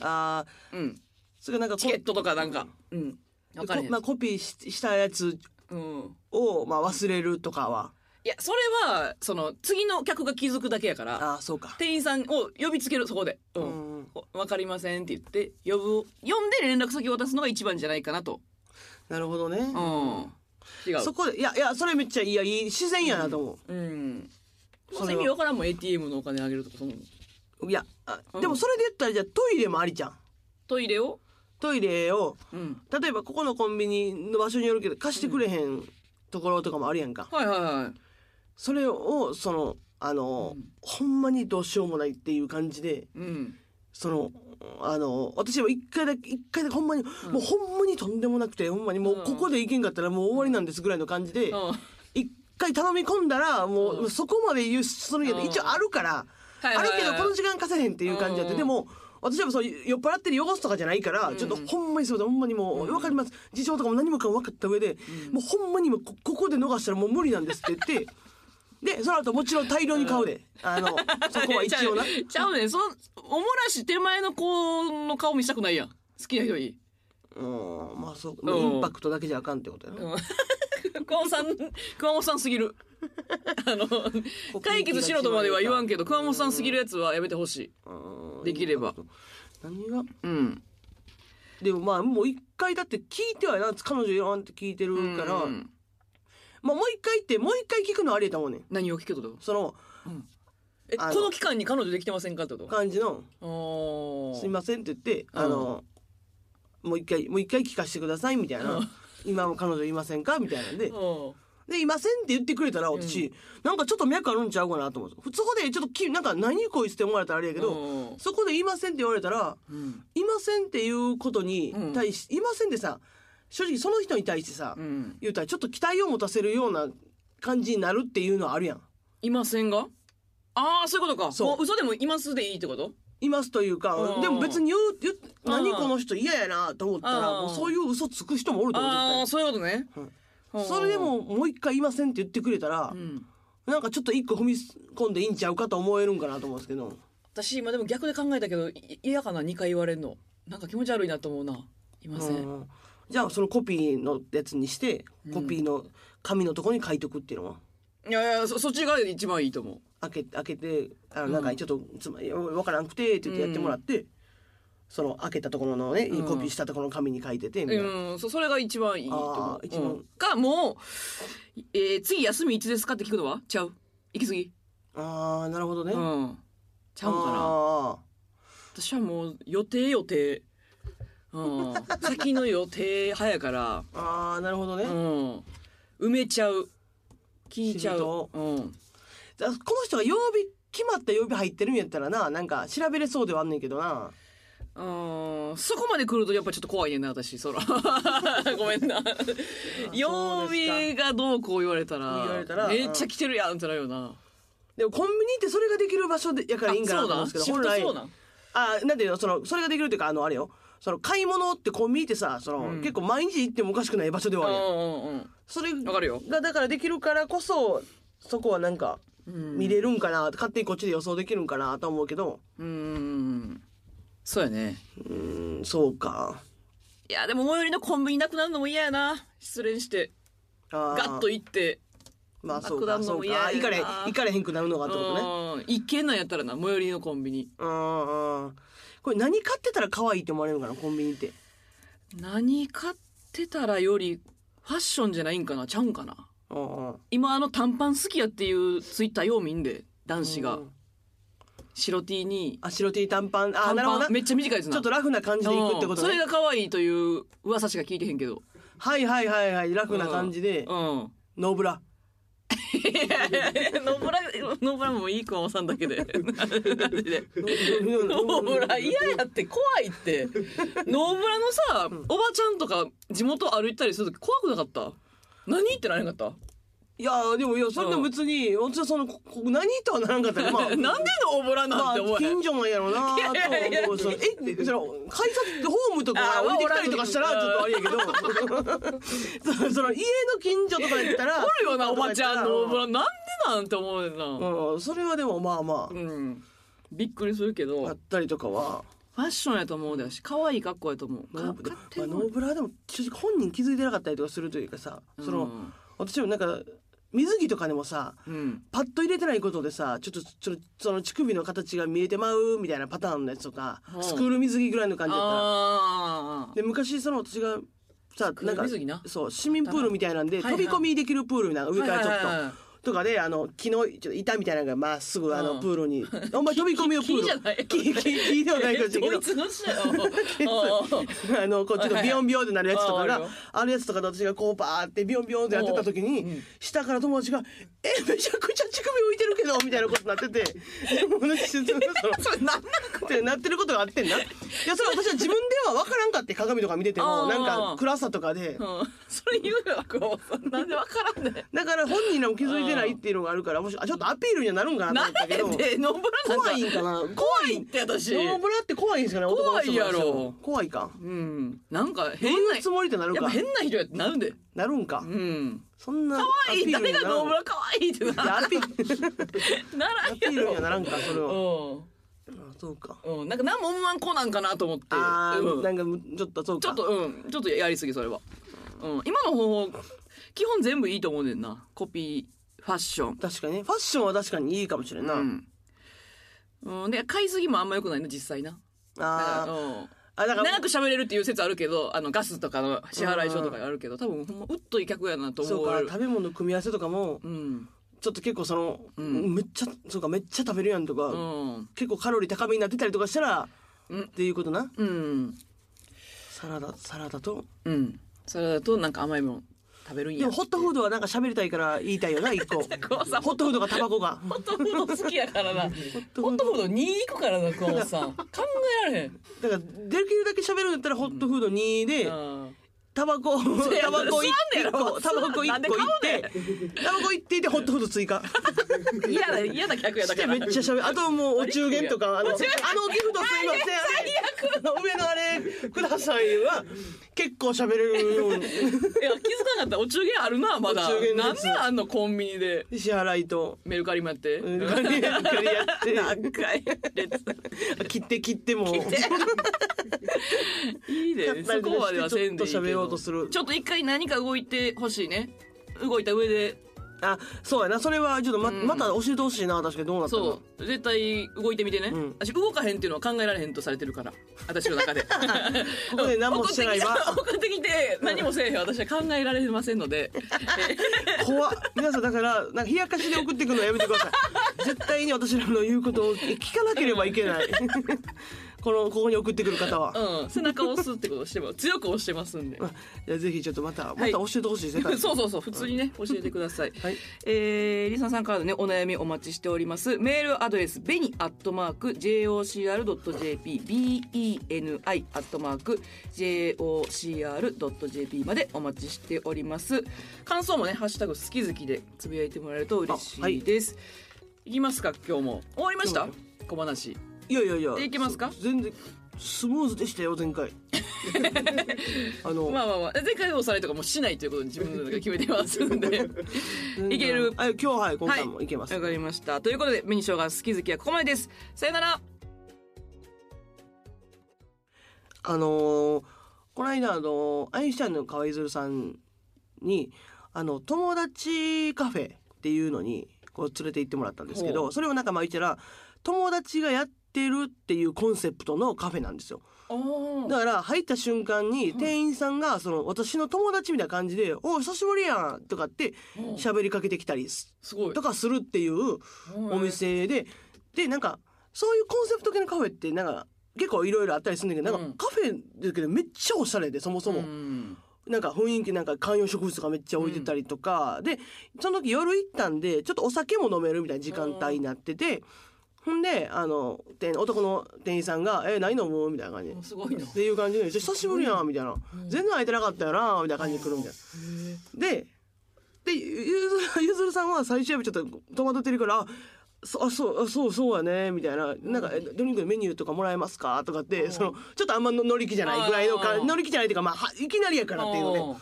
Speaker 2: あ
Speaker 1: うん、
Speaker 2: それがなんかこ
Speaker 1: チケットとかなんか、うん、分からへ
Speaker 2: こ
Speaker 1: ん、
Speaker 2: まあ、コピーししたやつ
Speaker 1: うん、
Speaker 2: を、まあ、忘れるとかはい
Speaker 1: やそれはその次の客が気づくだけやから
Speaker 2: ああそうか
Speaker 1: 店員さんを呼びつけるそこで、う
Speaker 2: うんん
Speaker 1: 分かりませんって言って呼ぶ呼んで連絡先を渡すのが一番じゃないかなと、
Speaker 2: なるほどね、
Speaker 1: うん、違う
Speaker 2: そこでいやいやそれめっちゃいいやいい自然やなと思
Speaker 1: うん。
Speaker 2: それは
Speaker 1: 意味わからんもん ATM のお金あげるとかその
Speaker 2: う、いやあ
Speaker 1: うん
Speaker 2: でもそれで言ったらじゃあトイレもありじゃん
Speaker 1: トイレを
Speaker 2: トイレを
Speaker 1: うん
Speaker 2: 例えばここのコンビニの場所によるけど貸してくれへんところとかもあるやんか、
Speaker 1: はいはいはい
Speaker 2: それをそのあの、
Speaker 1: うん
Speaker 2: ほんまにどうしようもないっていう感じで
Speaker 1: うん
Speaker 2: そのあの私は一回だけ一回だけほんまに、もうほんまにとんでもなくてほんまにもう
Speaker 1: うん
Speaker 2: ここでいけんかったらもう終わりなんですぐらいの感じで
Speaker 1: うん
Speaker 2: 一、回頼み込んだらもう、
Speaker 1: うん
Speaker 2: そこまで言うするんやけど
Speaker 1: うん
Speaker 2: 一応あるから、
Speaker 1: はい
Speaker 2: あ
Speaker 1: はい
Speaker 2: る
Speaker 1: はい
Speaker 2: けどこの時間貸せへんっていう感じやって、
Speaker 1: うん
Speaker 2: でも私はそう酔っ払ってる汚すとかじゃないから、
Speaker 1: うん
Speaker 2: ちょっとほんまにそうだほんまにもう、
Speaker 1: うん
Speaker 2: 分かります事情とかも何もかも分かった上で、
Speaker 1: うん
Speaker 2: もうほんまにもうこここで逃したらもう無理なんですって言ってでその後もちろん大量に買うで、あ のそこは一応な
Speaker 1: ちゃうちゃうねんそのおもらし手前の子の顔見したくないやん好きな人に
Speaker 2: うんまあそう
Speaker 1: うん
Speaker 2: インパクトだけじゃあかんってことやな、
Speaker 1: うん熊本さん熊本さんすぎるあの解決しろとまでは言わんけど熊本さんすぎるやつはやめてほしい
Speaker 2: うん
Speaker 1: できれば
Speaker 2: 何が
Speaker 1: うん
Speaker 2: でもまあもう一回だって聞いてはな彼女いらんって聞いてるから、
Speaker 1: うん
Speaker 2: まあ、もう一回ってもう一回聞くのありやと思うねん
Speaker 1: 何を聞けと
Speaker 2: その
Speaker 1: え
Speaker 2: あの
Speaker 1: この期間に彼女できてませんかってこと
Speaker 2: 感じの
Speaker 1: お
Speaker 2: 「
Speaker 1: ー
Speaker 2: すいません」って言って「
Speaker 1: うん
Speaker 2: あのもう一回もう一回聞かせてください」みたいな
Speaker 1: うん
Speaker 2: 「今も彼女いませんか?」みたいなんで
Speaker 1: うん
Speaker 2: 「でいません」って言ってくれたら私、なんかちょっと脈あるんちゃうかなと思う普通こでちょっときなんか何こいつって思われたらあれやけど、
Speaker 1: うん
Speaker 2: そこで「いません」って言われたら「
Speaker 1: うん
Speaker 2: いません」っていうことに
Speaker 1: うん
Speaker 2: 対し、いません」でさ正直その人に対してさ、
Speaker 1: うん
Speaker 2: 言うたらちょっと期待を持たせるような感じになるっていうのはあるやん。
Speaker 1: いませんがああそういうことか
Speaker 2: そう
Speaker 1: もう嘘でもいますでいいってこと
Speaker 2: いますというか、
Speaker 1: うん
Speaker 2: でも別に言う言う何
Speaker 1: うん
Speaker 2: この人嫌やなと思ったら、
Speaker 1: うん
Speaker 2: もうそういう嘘つく人もおると思う絶対
Speaker 1: ああ
Speaker 2: に
Speaker 1: そういうことね、
Speaker 2: うん
Speaker 1: ほう
Speaker 2: それでももう一回「いません」って言ってくれたら
Speaker 1: う、ん
Speaker 2: なんかちょっと一個踏み込んでいいんちゃうかと思えるんかなと思うんですけど
Speaker 1: 私今でも逆で考えたけどい嫌かな2回言われんのなんか気持ち悪いなと思うないません、
Speaker 2: うんじゃあそのコピーのやつにしてコピーの紙のとこに書いとくっていうのは。
Speaker 1: いやいやそそっちが一番いいと思う
Speaker 2: 開け開けてあのなんかちょっとつま分からんくてって言ってやってもらって、その開けたところのね、
Speaker 1: うん
Speaker 2: コピーしたところの紙に書いててみたいな、
Speaker 1: うん、そそれが一番いいと思
Speaker 2: あ
Speaker 1: う
Speaker 2: ー一番
Speaker 1: うんかもう、えー次休みいつですかって聞くのはちゃう行き過ぎ
Speaker 2: ああなるほどね、
Speaker 1: う
Speaker 2: あ
Speaker 1: んちゃうかな
Speaker 2: あ
Speaker 1: 私はもう予定予定 うん先の予定派やから
Speaker 2: ーあーなるほどね、
Speaker 1: うん埋めちゃう聞いちゃ
Speaker 2: 知ると
Speaker 1: う、うん、
Speaker 2: じゃあこの人が曜日決まった曜日入ってるんやったらななんか調べれそうではあんねんけどな
Speaker 1: うんそこまで来るとやっぱちょっと怖いねんな私そら ごめんな曜日がどうこう言われたら
Speaker 2: 言われたら
Speaker 1: めっちゃ来てるやんってなるよな
Speaker 2: でもコンビニってそれができる場所でやからいいんかなと思うんですけど
Speaker 1: あそう
Speaker 2: 本
Speaker 1: だ
Speaker 2: 来
Speaker 1: シフトそうなん
Speaker 2: あなんていうのそのそれができるっていうかあのあれよその買い物ってコンビニってさその、
Speaker 1: うん
Speaker 2: 結構毎日行ってもおかしくない場所ではあるやん
Speaker 1: うんうんうん
Speaker 2: それ
Speaker 1: わかるよ
Speaker 2: がだからできるからこそそこはなんか
Speaker 1: うん
Speaker 2: 見れるんかな、勝手にこっちで予想できるんかなと思うけど
Speaker 1: うーんそうやね
Speaker 2: うんそうか
Speaker 1: いやでも最寄りのコンビニなくなるのも嫌やな失恋して
Speaker 2: あ
Speaker 1: ガ
Speaker 2: ー
Speaker 1: ッと行って
Speaker 2: まあそう
Speaker 1: 爆
Speaker 2: か
Speaker 1: 弾
Speaker 2: そ
Speaker 1: の
Speaker 2: う
Speaker 1: も
Speaker 2: か
Speaker 1: 嫌やな
Speaker 2: 行かれ行かれへんくなるのが
Speaker 1: う
Speaker 2: ってことね
Speaker 1: ん一軒なんやったらな最寄りのコンビニ
Speaker 2: うんうんこれ何買ってたら可愛いって思われるのかなコンビニって
Speaker 1: 何買ってたらよりファッションじゃないんかなちゃうんかな
Speaker 2: うんうん
Speaker 1: 今あの短パン好きやっていうツイッターよう見んで男子が
Speaker 2: うん
Speaker 1: 白 T に
Speaker 2: あ白 T 短パンあ
Speaker 1: 短
Speaker 2: なるほど
Speaker 1: パ
Speaker 2: な
Speaker 1: ンめっちゃ短いやつ
Speaker 2: ちょ
Speaker 1: な
Speaker 2: っとラフな感じで行くって
Speaker 1: う
Speaker 2: こ
Speaker 1: ん
Speaker 2: と
Speaker 1: それが
Speaker 2: ね
Speaker 1: 可愛いという噂しか聞いてへんけど
Speaker 2: はいはいはいはいラフな感じ
Speaker 1: う
Speaker 2: で
Speaker 1: ん
Speaker 2: ノーブラ
Speaker 1: いやいやいや野村野村もいい熊本さんだけでマジで
Speaker 2: ノー
Speaker 1: 野村嫌やって怖いって野村のさおばちゃんとか地元歩いたりする時怖くなかった何ってならへんかった
Speaker 2: いやーでもいやそれでも別に、私はそのここ何とはならんかったけどまあ
Speaker 1: なんでのおぼら
Speaker 2: ま
Speaker 1: なん
Speaker 2: あ
Speaker 1: て思、え、
Speaker 2: 近所なんやろうなと
Speaker 1: いやいやい
Speaker 2: は
Speaker 1: や
Speaker 2: 思うそのえその改札ホームとか
Speaker 1: あー
Speaker 2: 降りてきたりとかしたらちょっとあれやけど そのその家の近所とかやったら
Speaker 1: おるよなおばちゃんのおぼ
Speaker 2: う
Speaker 1: らなんでなんて思うよな、
Speaker 2: ん、それはでもまあま
Speaker 1: うん、びっくりするけど
Speaker 2: ああったりとかは
Speaker 1: ファッションやと思うだし可愛い格好やと思う
Speaker 2: まあ
Speaker 1: か
Speaker 2: ノ
Speaker 1: 勝手に
Speaker 2: ーブラでも正直本人気づいてなかったりとかするというかさその、
Speaker 1: うん
Speaker 2: 私もなんか水着とかでもさ
Speaker 1: うん
Speaker 2: パッと入れてないことでさちょっとちょっとその乳首の形が見えてまうみたいなパターンのやつとか、
Speaker 1: うん
Speaker 2: スクール水着ぐらいの感じだったら
Speaker 1: あー
Speaker 2: で昔その私がさ
Speaker 1: クー
Speaker 2: な
Speaker 1: ル
Speaker 2: んか
Speaker 1: 水着な
Speaker 2: そう市民プールみたいなんで、
Speaker 1: はいはい
Speaker 2: 飛び込みできるプールみたいな上からちょっと、
Speaker 1: はいはいはい
Speaker 2: とかであの木のちょっと板みたいなのがまっすぐあ
Speaker 1: う
Speaker 2: の
Speaker 1: ん
Speaker 2: プールに、お前飛び込みをプ ール
Speaker 1: 木じゃない
Speaker 2: 木木木ではないかもしれんけ
Speaker 1: ド
Speaker 2: ど
Speaker 1: イツの人やろうん
Speaker 2: あのこっちのビヨンビヨンってなるやつとか
Speaker 1: あある
Speaker 2: が
Speaker 1: よ
Speaker 2: あるやつとかで私がこうバーってビヨンビヨンってやってた時
Speaker 1: おうう
Speaker 2: に
Speaker 1: ん
Speaker 2: 下から友達が「えめちゃくちゃ乳首浮いてるけど」みたいなことになっててでもねその
Speaker 1: それなんなん
Speaker 2: ってなってることがあってんな。いやそれ私は自分では分からんかって鏡とか見てて
Speaker 1: あ
Speaker 2: も
Speaker 1: あ
Speaker 2: なんか暗さとかで。
Speaker 1: うんそれ言うよ、こう。なんでわからんね。
Speaker 2: だから本人らも気づいてないっていうのがあるからもしあちょっとアピールにはなるんかな
Speaker 1: な
Speaker 2: と思
Speaker 1: ん
Speaker 2: ったけど
Speaker 1: で、ノーブラなん
Speaker 2: 怖
Speaker 1: か
Speaker 2: いんかな怖
Speaker 1: 怖いって私。
Speaker 2: ノーブラって怖いんですかね男の人からしても
Speaker 1: 怖いやろ
Speaker 2: 怖いか
Speaker 1: うん。なんか
Speaker 2: どう
Speaker 1: 変な、
Speaker 2: い
Speaker 1: や
Speaker 2: う
Speaker 1: っ
Speaker 2: つもりってなる
Speaker 1: ぱ
Speaker 2: か
Speaker 1: 変な人やってなるんで。
Speaker 2: なるん
Speaker 1: う
Speaker 2: か
Speaker 1: ん。
Speaker 2: そんな
Speaker 1: 可愛い誰がノーブ
Speaker 2: ラ
Speaker 1: ラ可愛いってな、
Speaker 2: アピール
Speaker 1: な
Speaker 2: アピ
Speaker 1: らんや
Speaker 2: ールに
Speaker 1: ろ
Speaker 2: は。ならんかそれは
Speaker 1: う
Speaker 2: あそうか
Speaker 1: ん。うん。なんか何も思わん子なんかなと思って。
Speaker 2: あ
Speaker 1: う
Speaker 2: ー
Speaker 1: ん
Speaker 2: なんかむちょっとそう
Speaker 1: ちょ
Speaker 2: か
Speaker 1: っと、うん。ちょっとやりすぎ、それは。うん。今の方法、基本全部いいと思うねんな。コピー、ファッション。
Speaker 2: 確かにねファッションは確かにいいかもしれんな
Speaker 1: うん。うん、で買いすぎもあんま良くないの実際な
Speaker 2: あー
Speaker 1: うん
Speaker 2: あだから
Speaker 1: 長く喋れるっていう説あるけどあのガスとかの支払い書とかあるけど多分ほんまうっとい客やなと思
Speaker 2: そううか食べ物の組み合わせとかも
Speaker 1: うん
Speaker 2: ちょっと結構その
Speaker 1: ん
Speaker 2: めっちゃそうかめっちゃ食べるやんと
Speaker 1: う
Speaker 2: か
Speaker 1: ん
Speaker 2: 結構カロリー高めになってたりとかしたら
Speaker 1: うん
Speaker 2: っていうことな
Speaker 1: うん
Speaker 2: サラダサラダと
Speaker 1: うんそれだとなんか甘いもん食べるんや
Speaker 2: でもホットフードはなんか喋りたいから言いたいよな一 個ホ
Speaker 1: こうさ
Speaker 2: ットフードがタバコが
Speaker 1: ホットフード好きやから なホッ
Speaker 2: トフード
Speaker 1: トフード2行くからなこのさん考えられへん
Speaker 2: だからできるだけ喋るんだったらホットフード2で
Speaker 1: うん
Speaker 2: タバコタ
Speaker 1: や
Speaker 2: バコ
Speaker 1: 吸わんねや
Speaker 2: 1
Speaker 1: ろ
Speaker 2: 個タバコ1
Speaker 1: なんで
Speaker 2: 個
Speaker 1: 買
Speaker 2: いっ
Speaker 1: うね
Speaker 2: てタバコ1ってでホットフード追加
Speaker 1: 嫌だ嫌な客やだ
Speaker 2: して
Speaker 1: から
Speaker 2: めっちゃ喋るあともうお中元とかあのあの
Speaker 1: お
Speaker 2: お
Speaker 1: 中
Speaker 2: ギフ
Speaker 1: 元
Speaker 2: トすいませんあの上のあれくださいは結構喋れるように
Speaker 1: いや気づかなかったお中元あるなまだ
Speaker 2: お中元の
Speaker 1: な
Speaker 2: や
Speaker 1: ん
Speaker 2: つ
Speaker 1: であんのコンビニで
Speaker 2: 支払 いと
Speaker 1: メルカリもやって
Speaker 2: うんガリガリやっ
Speaker 1: 何回列
Speaker 2: て切って切っても
Speaker 1: いいね。そこまではせんでいいけ
Speaker 2: ちょ
Speaker 1: ど
Speaker 2: っと喋ろうとする
Speaker 1: ちょっと一回何か動いてほしいね。動いた上で、
Speaker 2: あそうやなそれはちょっとま,、また教えてほしいな確かにどうなったの
Speaker 1: そう、絶対動いてみてね。
Speaker 2: ん
Speaker 1: 私、動かへんっていうのは考えられへんとされてるから。私の 中で。こ
Speaker 2: こで何もしてな いわ
Speaker 1: 送ってきて、何もせえへん私は考えられませんので。
Speaker 2: 怖っ皆さんだからなんか冷やかしで送ってくるのやめてくだ さい絶対に私らの言うことを聞かなければいけないこのここに送ってくる方は、
Speaker 1: うん。背中を押すってことをしてます。強く押してますんで。
Speaker 2: じゃあぜひちょっとまたまた
Speaker 1: い
Speaker 2: 教えてほしいです ね、
Speaker 1: そうそうそう普通にね教えてくだ さい、
Speaker 2: はい
Speaker 1: えーリサさんからのねお悩みお待ちしておりますメールアドレスベニアットマーク JOCR.jp beni アットマーク JOCR.jp までお待ちしております感想もねハッシュタグ好き好きでつぶやいてもらえると嬉し
Speaker 2: あはい
Speaker 1: いです、い、きますか今日も終わりました
Speaker 2: 今
Speaker 1: 小話
Speaker 2: いやいやいや
Speaker 1: でいけますか
Speaker 2: 全然スムーズでしたよ前回 あの、
Speaker 1: まあまあまあ前回おさらいとかもしないということに自分の中で決めてますん で
Speaker 2: 全
Speaker 1: い
Speaker 2: 然
Speaker 1: ける
Speaker 2: あ今日はい今回もいけます、
Speaker 1: わかりましたということで紅生姜好き好きはここまでですさよなら
Speaker 2: あのーこの間あのアインシュタインの河合ずるさんにあの友達カフェっていうのにこう連れて行ってもらったんですけ
Speaker 1: ほ
Speaker 2: どそれをなんかまあ言ったら友達がやってるっていうコンセプトのカフェなんですよ
Speaker 1: お
Speaker 2: だから入った瞬間に店員さんがその私の友達みたいな感じで「おう久しぶりやん」とかって喋りかけてきたりす
Speaker 1: すごい
Speaker 2: とかするっていうお店ででなんかそういうコンセプト系のカフェってなんか結構いろいろあったりするんだけどなん
Speaker 1: うん
Speaker 2: かカフェだけどめっちゃおしゃれでそもそも、
Speaker 1: ん
Speaker 2: なんか雰囲気なんか観葉植物がめっちゃ置いてたりとか、でその時夜行ったんでちょっとお酒も飲めるみたいな時間帯になっててほんであの店男の店員さんが「え何飲む?」みたいな感じ
Speaker 1: すごいな
Speaker 2: っていう感じで「久しぶりやん」みたいな「全然空いてなかったよな」みたいな感じで来るみたいな。ででゆ ずゆずるさんは最初はちょっと戸惑ってるから「そあそうあそうそうやね」みたいな「なんかえドリンクのメニューとかもらえますか?」とかって、
Speaker 1: うん
Speaker 2: そのちょっとあんまの乗り気じゃないぐらいのか
Speaker 1: あー
Speaker 2: 乗り気じゃないっていうか、まあ、はいきなりやからっていうので、
Speaker 1: うん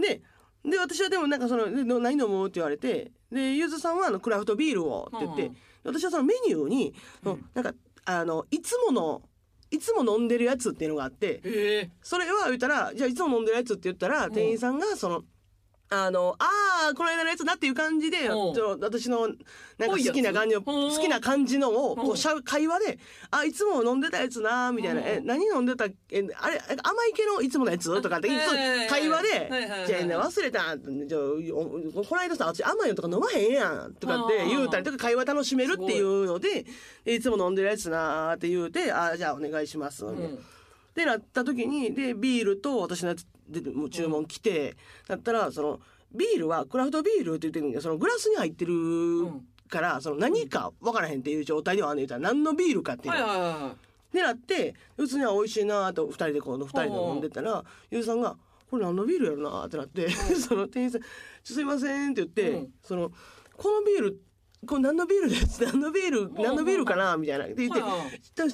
Speaker 2: でで私はでもなんかそので「の何飲む?」って言われてでゆずさんはあのクラフトビールをって言って、
Speaker 1: うん
Speaker 2: 私はそのメニューに、そのなんかあのいつものいつも飲んでるやつっていうのがあって
Speaker 1: へえ
Speaker 2: それは言ったらじゃあいつも飲んでるやつって言ったら、
Speaker 1: ん
Speaker 2: 店員さんがその。あのあーこの間のやつだっていう感じで、
Speaker 1: うん
Speaker 2: ちょ私のなんか
Speaker 1: ぽいやつ
Speaker 2: 好きな感じの
Speaker 1: うん
Speaker 2: 好きな感じのをこ
Speaker 1: う
Speaker 2: うんしゃ会話で「あいつも飲んでたやつな」みたいな
Speaker 1: う
Speaker 2: 「
Speaker 1: ん
Speaker 2: え何飲んでたえあれ甘い系のいつものやつ?」とかって
Speaker 1: はいはいはいはい
Speaker 2: 会話で
Speaker 1: はいはいはい
Speaker 2: 「じゃあね忘れた」じゃあおこの間さ私甘いのとか飲まへんやん」とかって言うたりとか会話楽しめるっていうので「いつも飲んでるやつな」って言うて「あじゃあお願いします」みたいな
Speaker 1: うん
Speaker 2: でなった時にでビールと私のやつでもう注文来て、だったらそのビールはクラフトビールって言ってるんだけどそのグラスに入ってる
Speaker 1: ん
Speaker 2: から、その何か分からへんっていう状態ではあんねん言うたら何のビールかっていうの、
Speaker 1: はいはいはいは
Speaker 2: でなって普通には美味しいなと二人でこの二人で飲んでたらゆうさんが「これ何のビールやろな」ってなってその店員さん「ちょすいません」って言って、
Speaker 1: うん
Speaker 2: その「このビールこれ何のビールです何のビール
Speaker 1: ん
Speaker 2: 何のビールかな」みたいなって言って
Speaker 1: はいはい
Speaker 2: た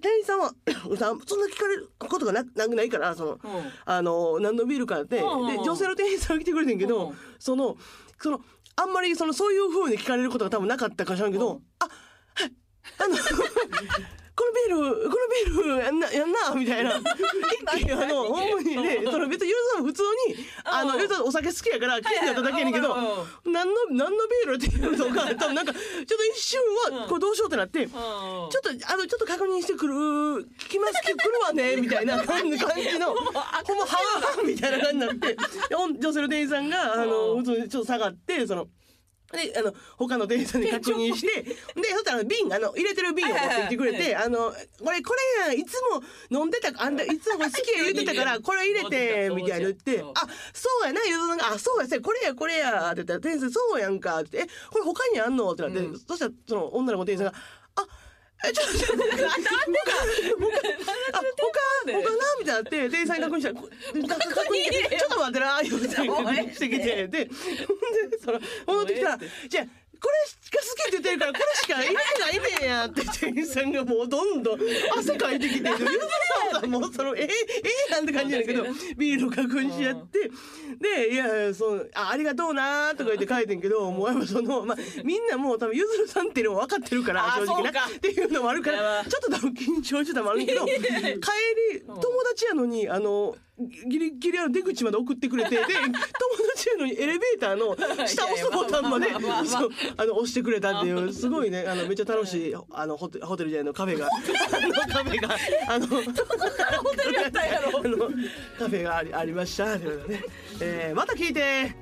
Speaker 2: 店員さんは さんそんな聞かれることがななないからその。
Speaker 1: いうん
Speaker 2: あの何のビールかって、
Speaker 1: うんうん
Speaker 2: で女性の店員さんが来てくれてんけど、
Speaker 1: うん
Speaker 2: そのそのあんまりそのそういう風に聞かれることが多分なかったかしらんけ
Speaker 1: う
Speaker 2: ど、
Speaker 1: ん
Speaker 2: あはいあのこのビールこのビールやんなやんなみたいな一 気にあのほんまにねその別にゆずさん普通にあの
Speaker 1: うん
Speaker 2: ゆずさんお酒好きやから気になっただけやねんけど
Speaker 1: はいはいはいわかるわか
Speaker 2: 何の何のビールっていうのが多分なんかちょっと一瞬はこれどうしようってなって。
Speaker 1: うん
Speaker 2: ちょっと、あの、ちょっと確認してくる、聞きます、来る わね、みたいな感じの、ほんま、はぁ、みたいな感じになって、女性の店員さんが、あの、
Speaker 1: う
Speaker 2: 普
Speaker 1: ん
Speaker 2: 通にちょっと下がって、その、で、あの、他の店員さんに確認して、で、そしたら瓶、あの、入れてる瓶を持ってきてくれて、あの、これ、これやん、いつも飲んでた、あんた、いつもこれ好きや言ってた から、これ入れて、みたいな言って、あ、そうやな、ゆずさんが、あ、そうや、せこれや、これや、って言ったら、店員さん、そうやんか、って言って、え、これ他にあんのってなって、
Speaker 1: うん
Speaker 2: そしたら、その、女の子の店員さんが、あ、え、ちょっと、ちょっと、他、他、あ、他、他な、みたいになって、店員さんに確認したら、こ確認、ちょっと待ってな、言うて、 してきて、で、ほんで、その、戻ってきたら、じゃあ、これが好きって言ってるから、これしか入れてないねんやって、店員さんがもうどんどん汗かいてきて、ゆずさんがもうその、え、え、なんて感じだけど、ビールを確認し合って、で、いやいや、そう、あ、ありがとうなーとか言って書いてんけど、もうやっぱその、まあ、みんなもう多分ゆずるさんっていうのも分かってるから
Speaker 1: あ、
Speaker 2: 正
Speaker 1: ー
Speaker 2: 直
Speaker 1: そう
Speaker 2: な。
Speaker 1: か
Speaker 2: っていうのもあるか
Speaker 1: いやま
Speaker 2: ら、
Speaker 1: あ
Speaker 2: ちょっと多分緊張してたのもあるけど、帰り、友達やのに、あの、ギリギリあの出口まで送ってくれて、で、友達やのにエレベーター の下押すボタンまで、
Speaker 1: いやいやまあまあまあまあ
Speaker 2: そう、あの、押してくれたっていう、すごいね、あの、めっちゃ楽しい、あの、ホテホテルじゃないの、カフェが、 あの、カ フェが、あの、
Speaker 1: ホテルやったんやろ
Speaker 2: あのカフェがありありましたということでね、えーまた聞いて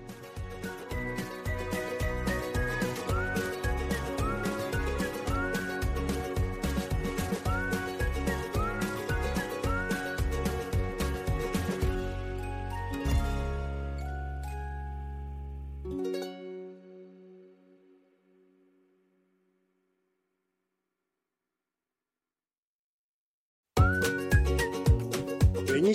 Speaker 3: 紅